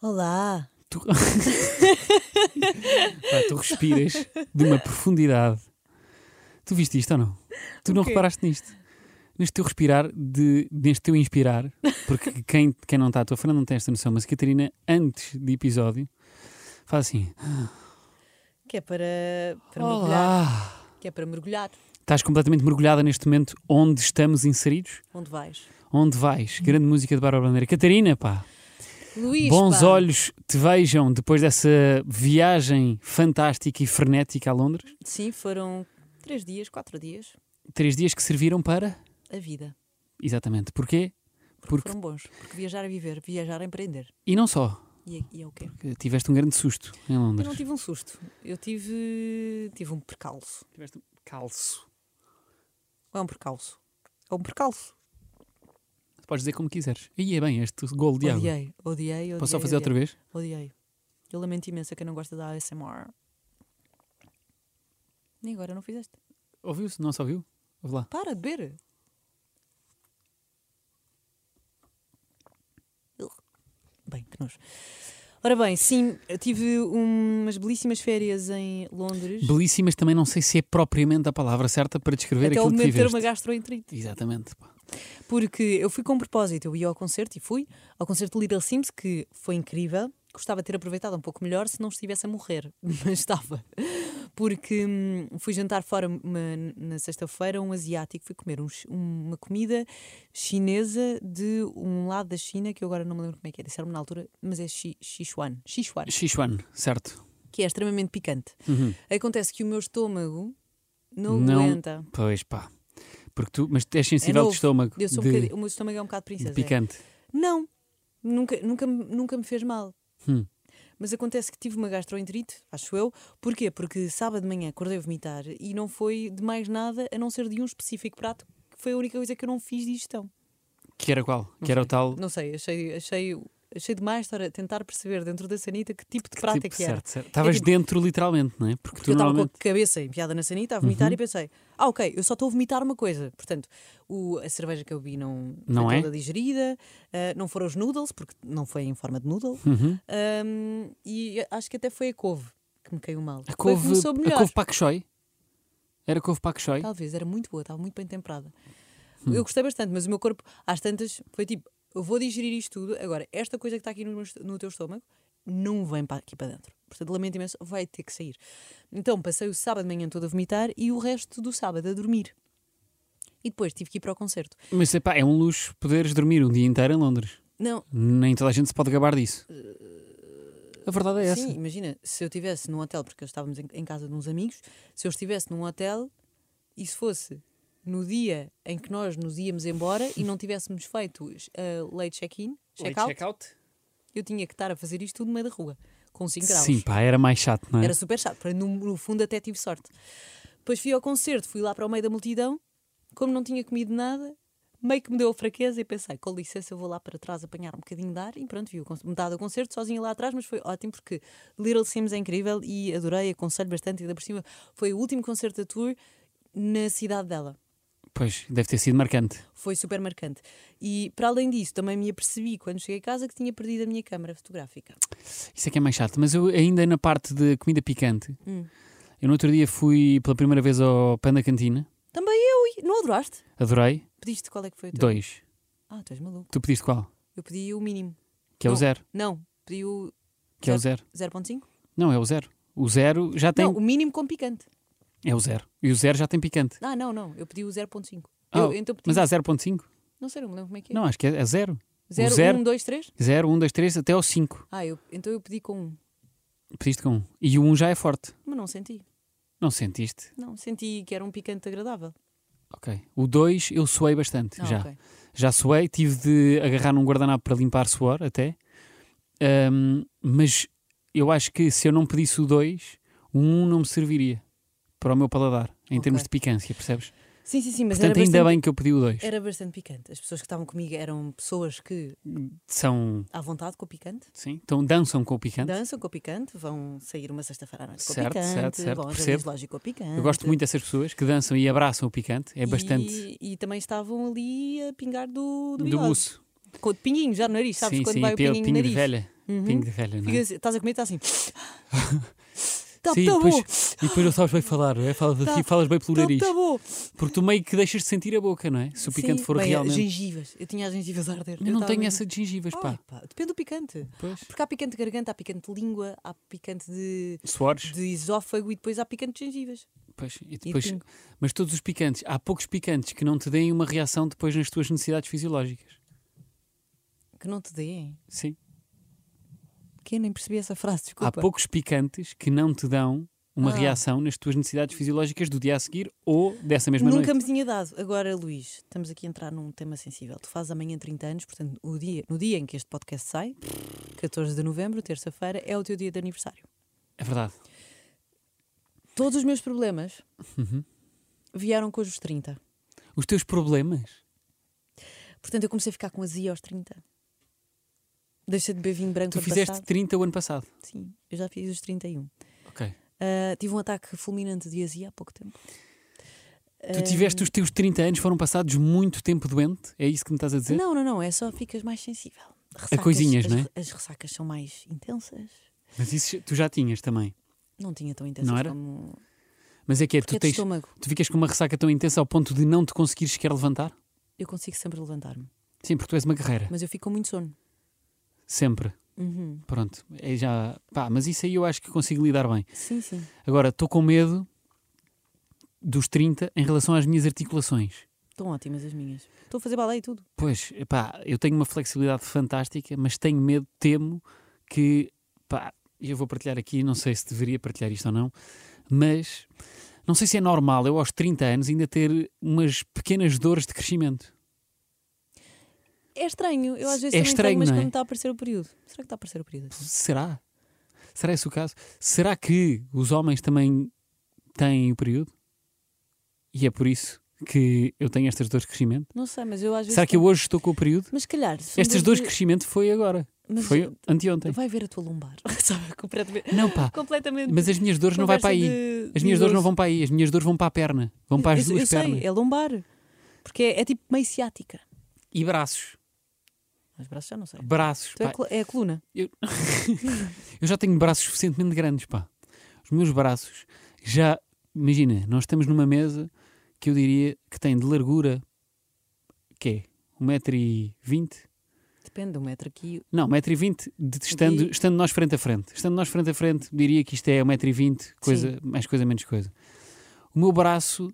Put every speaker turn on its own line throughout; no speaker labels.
Olá!
Tu, Pá, tu respiras de uma profundidade. Tu viste isto ou não? Tu
O
não
quê?
reparaste nisto. Neste teu respirar, de, neste teu inspirar, porque quem, quem não está à tua frente não tem esta noção, mas a Catarina, antes de episódio, faz assim:
Que é para, para mergulhar.
Olá!
Que é para mergulhar.
Estás completamente mergulhada neste momento onde estamos inseridos.
Onde vais?
Onde
Hum.
vais? Grande música de Bárbara Bandeira. Catarina, pá!
Luís!
Bons
pá.
olhos te vejam depois dessa viagem fantástica e frenética a Londres.
Sim, foram três dias, quatro dias.
Três dias que serviram para.
A vida.
Exatamente. Porquê? Porque-
Foram bons. Porque viajar é viver, viajar é empreender.
E não só.
E é, e é o quê?
que Tiveste um grande susto em
Eu
Londres.
não tive um susto. Eu tive. tive um percalço.
Tiveste um calço.
Ou é um percalço? É um percalço.
Tu Podes dizer como quiseres. Aí é bem, este gol de água.
Odiei, odiei, odiei.
Posso só fazer outra
odiei,
vez?
Odiei. Eu lamento imenso a quem não gosta da ASMR. Nem agora não fizeste.
Ouviu-se? Não se ouviu? Ouve lá.
Para de beber. Ugh. Bem, que nojo. Ora bem, sim, eu tive um- umas belíssimas férias em Londres.
Belíssimas também, não sei se é propriamente a palavra certa para descrever
até ao
aquilo que
momento de ter
viveste.
uma gastroenterite.
Exatamente. pá.
Porque eu fui com um propósito, eu ia ao concerto e fui ao concerto de Little Sims, que foi incrível. Gostava de ter aproveitado um pouco melhor se não estivesse a morrer, mas estava. Porque hum, fui jantar fora uma- na sexta-feira, um asiático, fui comer um chi- uma comida chinesa de um lado da China, que eu agora não me lembro como é que é, disseram-me na altura, mas é chi- Sichuan, Sichuan,
Sichuan, certo.
que é extremamente picante.
Uhum.
Acontece que o meu estômago não,
Não-
aguenta.
Pois pá. Porque tu, mas tu és sensível
novo.
de estômago.
Eu sou um
de,
bocadinho- o meu estômago é um bocado
de
princesa. é.
picante.
Não, nunca, nunca, me- nunca me fez mal.
Hum.
Mas acontece que tive uma gastroenterite, acho eu. Porquê? Porque sábado de manhã acordei a vomitar e não foi de mais nada a não ser de um específico prato, que foi a única coisa que eu não fiz digestão.
Que era qual? que era o tal.
Não sei, achei, achei, achei demais estar a tentar perceber dentro da sanita que tipo de prato é
tipo,
que era.
certo, certo. Estavas
tipo-
dentro, literalmente, não é? Porque, Uhum.
Porque
tu
eu estava
normalmente.
com a cabeça enfiada na sanita a vomitar e pensei, ah, ok, eu só estou a vomitar uma coisa. Portanto, o- a cerveja que eu vi não,
Não
foi
é?
toda digerida, ah, não foram os noodles, porque não foi em forma de noodle.
Uhum.
Ahm, e acho que até foi a couve que me caiu mal. Foi
A
que me
couve,
soube
a
melhor.
couve pak choi. Era couve pak choi.
Talvez, era muito boa, estava muito bem temperada. Eu gostei bastante, mas o meu corpo, às tantas, foi tipo: eu vou digerir isto tudo. Agora, esta coisa que está aqui no, meu est- no teu estômago não vem para aqui para dentro. Portanto, lamento imenso, vai ter que sair. Então, passei o sábado de manhã todo a vomitar e o resto do sábado a dormir. E depois tive que ir para o concerto.
Mas epá, é um luxo poderes dormir um dia inteiro em Londres.
Não,
Nem toda a gente se pode gabar disso. A verdade é essa.
Uh, Sim, imagina, se eu estivesse num hotel, porque estávamos em, em casa de uns amigos, se eu estivesse num hotel e se fosse no dia em que nós nos íamos embora e não tivéssemos feito uh, late check-in, check-out, eu tinha que estar a fazer isto tudo no meio da rua, com 5 graus.
Sim, pá, era mais chato, não é?
Era super chato, porém, no, no fundo até tive sorte. Depois fui ao concerto, fui lá para o meio da multidão, como não tinha comido nada, meio que me deu a fraqueza e pensei, com licença, eu vou lá para trás apanhar um bocadinho de ar e pronto, vi o conce- metade do concerto sozinha lá atrás, mas foi ótimo porque Little Sims é incrível e adorei, aconselho bastante, ainda por cima foi o último concerto da tour na cidade dela.
Pois, deve ter sido marcante.
Foi super marcante. E para além disso, também me apercebi quando cheguei a casa que tinha perdido a minha câmara fotográfica.
Isso é que é mais chato. Mas eu ainda na parte de comida picante,
Hum.
eu no outro dia fui pela primeira vez ao Panda Cantina.
Também eu, e- não adoraste?
Adorei.
Pediste qual é que foi o teu?
Dois.
Ah, tu és maluco.
Tu pediste qual?
Eu pedi o mínimo.
Que é o
Não.
zero.
Não, pedi o
Que é o zero.
0.5?
Não, é o zero. O zero já tem.
Não, o mínimo com picante.
É o zero. E o zero já tem picante.
Ah, não, não, eu pedi o 0.5.
Ah,
Eu- então pedi,
Mas há 0.5?
não sei, não me lembro como é que é.
Não, acho que é é zero.
0,
o zero-
1, 2, 3?
0, 1, 2, 3, até ao 5.
Ah, eu, então eu pedi com 1,
Pediste com 1. E o 1 já é forte.
mas não senti.
Não sentiste?
Não, senti que era um picante agradável.
Ok. O 2 eu suei bastante.
Ah,
já.
ok.
Já suei, tive de agarrar num guardanapo para limpar suor até. Ahm, mas eu acho que se eu não pedisse o 2, o 1 não me serviria para o meu paladar, em
Ok.
termos de picância, percebes?
Sim, sim, sim, mas
Portanto,
era,
ainda
bastante,
bem que eu pedi o 2.
era bastante picante. As pessoas que estavam comigo eram pessoas que,
São.
à vontade com o picante,
Sim, então dançam com o picante.
dançam com o picante, vão sair uma sexta-feira à noite com o
Certo,
picante,
certo, certo,
vão ao
percebo.
jardim lógico com o picante.
Eu gosto muito dessas pessoas que dançam e abraçam o picante. É bastante.
E, e também estavam ali a pingar do, do,
do
bigode.
buço.
Com o pinguinho já no nariz, sabes
sim,
quando
sim,
vai o
pelo
pinguinho no
pinho de
nariz? Uhum.
velha. Pingo de relha, não é?
Fica assim- Estás a comer e está assim. Tá,
Sim,
tá
depois,
bom,
e depois não sabes bem falar, não é? Falas
Tá-
assim, falas bem pelo
tá,
nariz.
tá bom.
Porque tu meio que deixas de sentir a boca, não é? Se o picante
Sim,
for
bem,
realmente.
Gengivas. Eu tinha as gengivas a arder.
Eu não
tava
tenho
mesmo-
essa de gengivas,
Ai,
pá.
pá, Depende do picante.
Pois.
Porque há picante de garganta, há picante de língua, há picante de,
Suores.
de esófago e depois há picante de gengivas.
Pois. E
E
depois...
pingo.
Mas todos os picantes, há poucos picantes que não te deem uma reação depois nas tuas necessidades fisiológicas.
Que não te deem.
Sim.
Que eu nem percebi essa frase, desculpa.
Há poucos picantes que não te dão uma
Ah.
reação nas tuas necessidades fisiológicas do dia a seguir ou dessa mesma
Nunca
noite.
me tinha dado. Agora, Luís, estamos aqui a entrar num tema sensível. Tu fazes amanhã 30 anos, portanto, o dia, no dia em que este podcast sai, 14 de novembro, terça-feira, é o teu dia de aniversário.
É verdade.
Todos os meus problemas
Uhum.
vieram com os 30.
Os teus problemas.
Portanto, eu comecei a ficar com azia aos 30. Deixei de beber vinho branco
Tu
ano
fizeste
passado.
30 o ano passado.
Sim, eu já fiz os 31.
Ok.
Ah, tive um ataque fulminante de azia há pouco tempo. Ah,
Tu tiveste os teus 30 anos, foram passados muito tempo doente? É isso que me estás a dizer?
Não, não, não, é só ficas mais sensível. Ressacas-
coisinhas,
as,
não é?
As ressacas são mais intensas.
Mas isso tu já tinhas também.
Não tinha tão intensas
Não era?
como.
Mas é que é,
Porque
tu,
é de
tens,
estômago.
tu ficas com uma ressaca tão intensa ao ponto de não te conseguires sequer levantar?
Eu consigo sempre levantar-me,
Sim, porque tu és uma guerreira.
mas eu fico com muito sono.
Sempre.
Uhum.
Pronto. É já... Pá, mas isso aí eu acho que consigo lidar bem.
Sim, sim.
Agora, estou com medo dos 30 em relação às minhas articulações.
Estão ótimas as minhas. Estou a fazer balé e tudo.
Pois, pá, eu tenho uma flexibilidade fantástica, mas tenho medo, temo que, pá, e eu vou partilhar aqui, não sei se deveria partilhar isto ou não, mas não sei se é normal eu aos 30 anos ainda ter umas pequenas dores de crescimento.
É estranho. Eu às vezes
É
também
estranho,
tenho, mas
não é?
quando está a aparecer o período. Será que está a aparecer o período?
Será? Será esse o caso? Será que os homens também têm o período? E é por isso que eu tenho estas dores de crescimento?
Não sei, mas eu às vezes.
Será que eu
tenho-
hoje estou com o período?
Mas se calhar. são
Estas dores de
de-
crescimento foi agora.
Mas
foi anteontem.
Vai ver a tua lombar. Sabe? Completamente.
Não, pá.
completamente
Mas as minhas dores não vai para aí. As minhas dores não vão para aí, as minhas dores vão para a perna, vão para as
eu,
duas
eu
pernas
Sei, é lombar. Porque é, é tipo meio ciática.
e braços.
Os braços já não sei.
Braços,
Então é,
pá.
a col- é a coluna.
Eu já tenho braços suficientemente grandes, pá. Os meus braços já. Imagina, nós estamos numa mesa que eu diria que tem de largura. que é? 1,20m?
Depende, um metro aqui.
Não, 1,20m de estando,
Aqui.
estando nós frente a frente. Estando nós frente a frente, diria que isto é 1,20m, coisa, mais coisa, menos coisa. O meu braço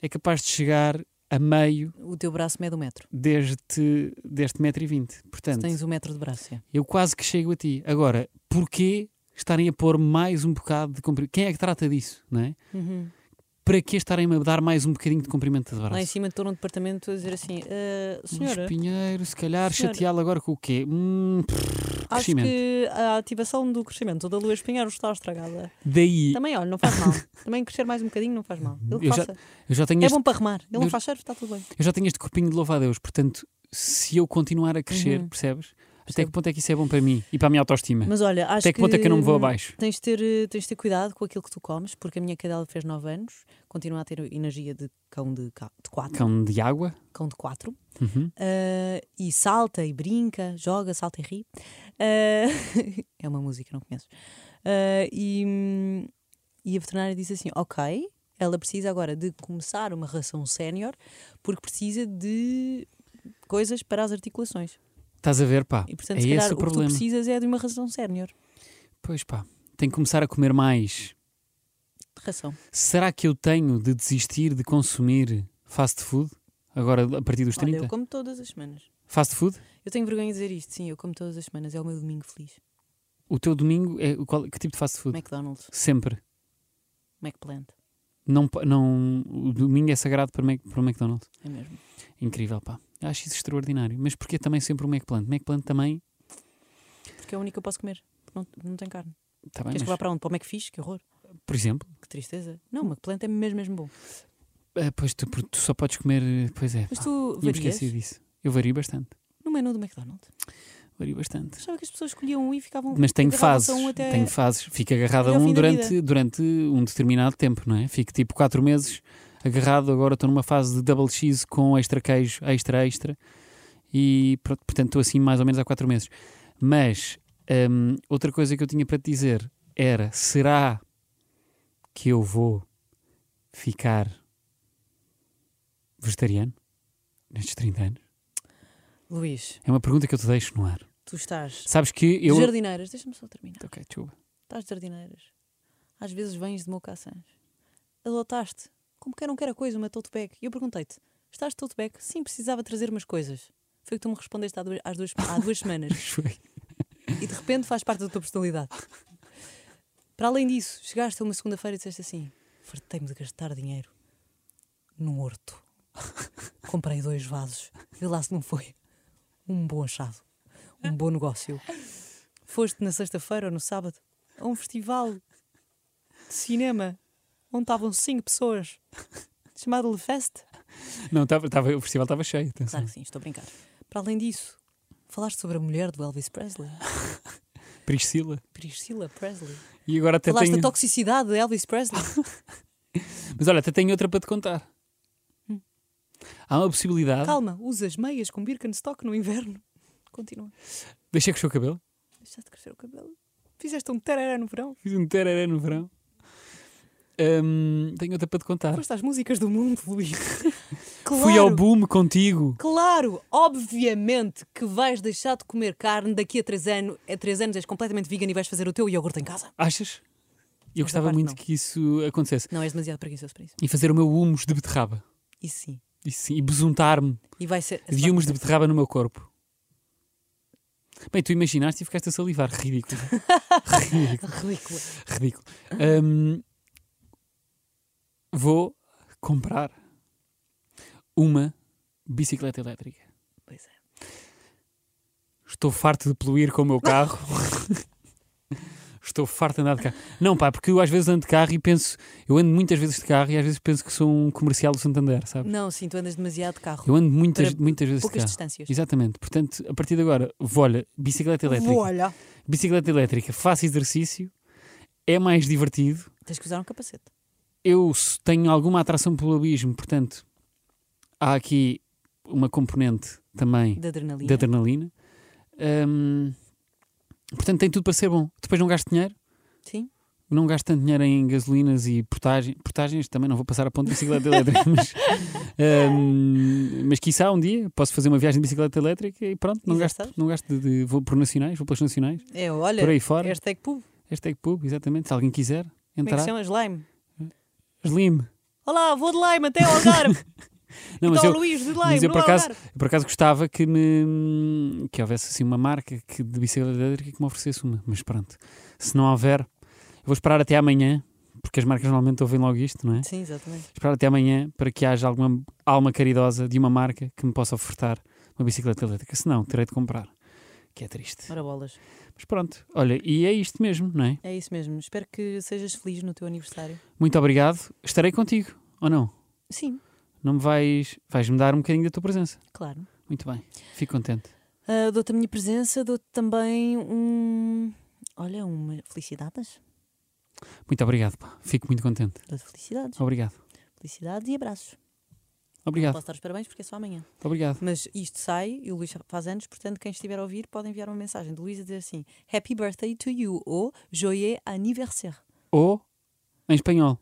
é capaz de chegar a meio
O teu braço mede um metro.
deste, deste 1,20m.
Se
Portanto,
tens um metro de braço. é.
eu quase que chego a ti. Agora, porquê estarem a pôr mais um bocado de comprimento? Quem é que trata disso, não é?
Uhum.
Para que estarem a dar mais um bocadinho de comprimento de
Lá em
braço? Um
cima estou num departamento a dizer assim: "Ah,
Luís
Senhora,
Pinheiro, se calhar
Senhora.
chateá-lo agora com o quê? Hum, pff,
acho
crescimento.
que a ativação do crescimento da lua espinheiro está estragada.
daí,
Também, olha, não faz mal. Também crescer mais um bocadinho não faz mal. Ele que
Uhum. Eu já
faça.
eu já, tenho
É
este,
bom para remar. Ele
eu-
não faz cheiro, está tudo bem.
eu já tenho este corpinho de louva-a-Deus. Portanto, se eu continuar a crescer,
Uhum.
percebes? Até
Percebo.
que ponto é que isso é bom para mim e para a minha autoestima?
Mas olha, acho
Até que ponto é que eu não me vou
hum,
abaixo?
Tens de, ter, eh, tens de ter cuidado com aquilo que tu comes, porque a minha cadela fez 9 anos, continua a ter energia de cão de 4.
Cão de água?
Cão de 4.
Uhum.
Ah, e salta e brinca, joga, salta e ri. Ah, é uma música, não conheces. Ah, e, hum, e a veterinária disse assim: ok, ela precisa agora de começar uma ração sénior porque precisa de coisas para as articulações.
Estás a ver, pá?
E portanto,
é
se
esse
calhar
o
o, que tu
problema.
precisas é de uma ração sénior.
Pois pá, tenho que começar a comer mais.
De ração.
Será que eu tenho de desistir de consumir fast food? Agora, a partir dos
Olha,
30?
eu como todas as semanas.
Fast food?
Eu tenho vergonha de dizer isto, sim, eu como todas as semanas, é o meu domingo feliz.
O teu domingo é o qual- que tipo de fast food?
McDonald's,
Sempre.
McPlant,
Não, pa- não, o domingo é sagrado para, Mac, para o McDonald's.
é mesmo.
Incrível, pá. Acho isso extraordinário. Mas porquê também sempre o McPlant? McPlant também.
Porque é o único que eu posso comer, porque não, não tem carne.
Tá bem,
Queres que
mas, Hum.
vá para onde? Para o McFish? Que horror.
por exemplo,
Que tristeza. Não, uma planta é mesmo, mesmo bom.
ah, pois tu, porque tu só podes comer. eh, Pois é.
Mas
pá,
tu
tinha-me
varias
esquecido disso. Eu vario bastante.
no menu do McDonald's.
Vario bastante.
Achava que as pessoas escolhiam um e ficavam.
Mas tenho
agarravam-se
fases,
a Um até...
tenho fases. Fico agarrado a
até ao
um
fim da
durante, durante um determinado tempo, não é? Fico tipo 4 meses agarrado, agora estou numa fase de double cheese com extra queijo, extra, extra. E pronto, portanto estou assim mais ou menos há 4 meses. Mas Hum, outra coisa que eu tinha para te dizer era: será que eu vou ficar vegetariano nestes 30 anos?
Luís,
É uma pergunta que eu te deixo no ar.
tu estás
Sabes que eu. Tá.
de jardineiras, deixa-me só terminar.
Ok, desculpa.
Estás de jardineiras. Às vezes vens de mocaçãs. Adotaste, como quer não quer a coisa, uma tote bag. E eu perguntei-te: estás de tote bag? Sim, precisava trazer umas coisas. Foi o que tu me respondeste há duas, às duas, há duas semanas.
Foi.
e de repente faz parte da tua personalidade. Para além disso, chegaste a uma segunda-feira e disseste assim: fartei-me de gastar dinheiro num horto. Comprei dois vasos, vê lá se não foi. Um bom achado, um bom negócio. Foste na sexta-feira ou no sábado a um festival de cinema onde estavam cinco pessoas, chamado Le Fest.
Não, tava, tava, o festival estava cheio. Atenção.
Claro que sim, estou a brincar. Para além disso, falaste sobre a mulher do Elvis Presley,
Priscila.
Priscila Presley.
E agora até
Falaste
tenho.
da toxicidade de Elvis Presley.
Mas olha, até tenho outra para te contar.
Hum.
Há uma possibilidade.
Calma, usas meias com Birkenstock no inverno. Continua.
Deixei crescer o cabelo.
Deixaste crescer o cabelo. Fizeste um tereré no verão.
Fiz um tereré no verão. Hum, tenho outra para te contar.
Foste às músicas do mundo, Luís. Claro,
Fui ao boom contigo.
Claro, obviamente que vais deixar de comer carne daqui a três anos. A três anos és completamente vegan e vais fazer o teu iogurte em casa.
Achas? Eu
Essa
gostava
parte
muito
não.
que isso acontecesse.
Não és demasiado preguiçoso para isso.
E fazer o meu humus de beterraba.
Isso sim.
E, sim, e besuntar-me
E vai ser.
de humus de beterraba no meu corpo. Bem, tu imaginaste e ficaste a salivar. Ridículo. Ridículo.
Ridículo.
Ridículo. Hum, vou comprar uma bicicleta elétrica.
Pois é.
Estou farto de poluir com o meu carro. Estou farto de andar de carro. Não, pá, porque eu às vezes ando de carro e penso. Eu ando muitas vezes de carro e às vezes penso que sou um comercial do Santander, sabe?
Não, sim, tu andas demasiado de carro.
Eu ando assim, ah, muitas,
Para
muitas vezes de
Poucas
carro.
distâncias.
Exatamente. Portanto, a partir de agora, vou, olha, bicicleta elétrica.
Olha.
Bicicleta elétrica, faço exercício, é mais divertido.
Tens que usar um capacete.
eu s- tenho alguma atração pelo abismo, portanto, há aqui uma componente também
De adrenalina.
de adrenalina. Hum, portanto, tem tudo para ser bom. Depois não gasto dinheiro,
Sim.
não gasto tanto dinheiro em gasolinas e portagem, portagens. Também não vou passar a ponto de bicicleta elétrica, mas, hum, mas quiçá um dia posso fazer uma viagem de bicicleta elétrica e pronto, não
E já
gasto,
sabes.
não gasto de, de- Vou por nacionais, vou pelas nacionais,
É, olha.
por aí fora.
Hashtag pub.
Hashtag pub, exatamente. Se alguém quiser
Como é que se
entrar,
chama? Slime.
Slim.
Olá, vou de Lime até ao Algarve.
Não,
Então,
mas eu,
Luís de Lime,
mas eu,
no
por acaso,
Algarve.
Eu, por acaso gostava que me que houvesse assim uma marca que, de bicicleta elétrica que me oferecesse uma, mas pronto, se não houver, eu vou esperar até amanhã, porque as marcas normalmente ouvem logo isto, não é?
Sim, exatamente.
Esperar até amanhã para que haja alguma alma caridosa de uma marca que me possa ofertar uma bicicleta elétrica, se não, terei de comprar, que é triste.
Ora bolas.
Mas pronto, olha, e é isto mesmo, não é?
É isso mesmo. Espero que sejas feliz no teu aniversário.
Muito obrigado, estarei contigo, ou não?
Sim,
Não me vais, vais-me dar um bocadinho da tua presença.
claro.
Muito bem, fico contente.
Ah, dou-te a minha presença, dou-te também um. Olha, uma felicidades.
Muito obrigado, pá. fico muito contente.
Dou-te felicidades.
Obrigado.
Felicidades e abraços. Não
Obrigado,
posso dar os parabéns porque é só amanhã.
obrigado.
Mas isto sai e o Luís faz anos, portanto, quem estiver a ouvir pode enviar uma mensagem de Luís a dizer assim: Happy birthday to you ou Joyeux anniversaire.
Ou em espanhol.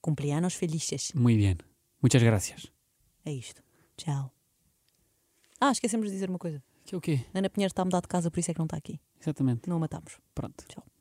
Cumpleanos felices.
Muito bem. Muchas gracias.
É isto. Tchau. Ah, esquecemos de dizer uma coisa.
Que é o quê?
Ana Pinheiro está a mudar de casa, por isso é que não está aqui.
Exatamente.
Não a matamos.
Pronto.
Tchau.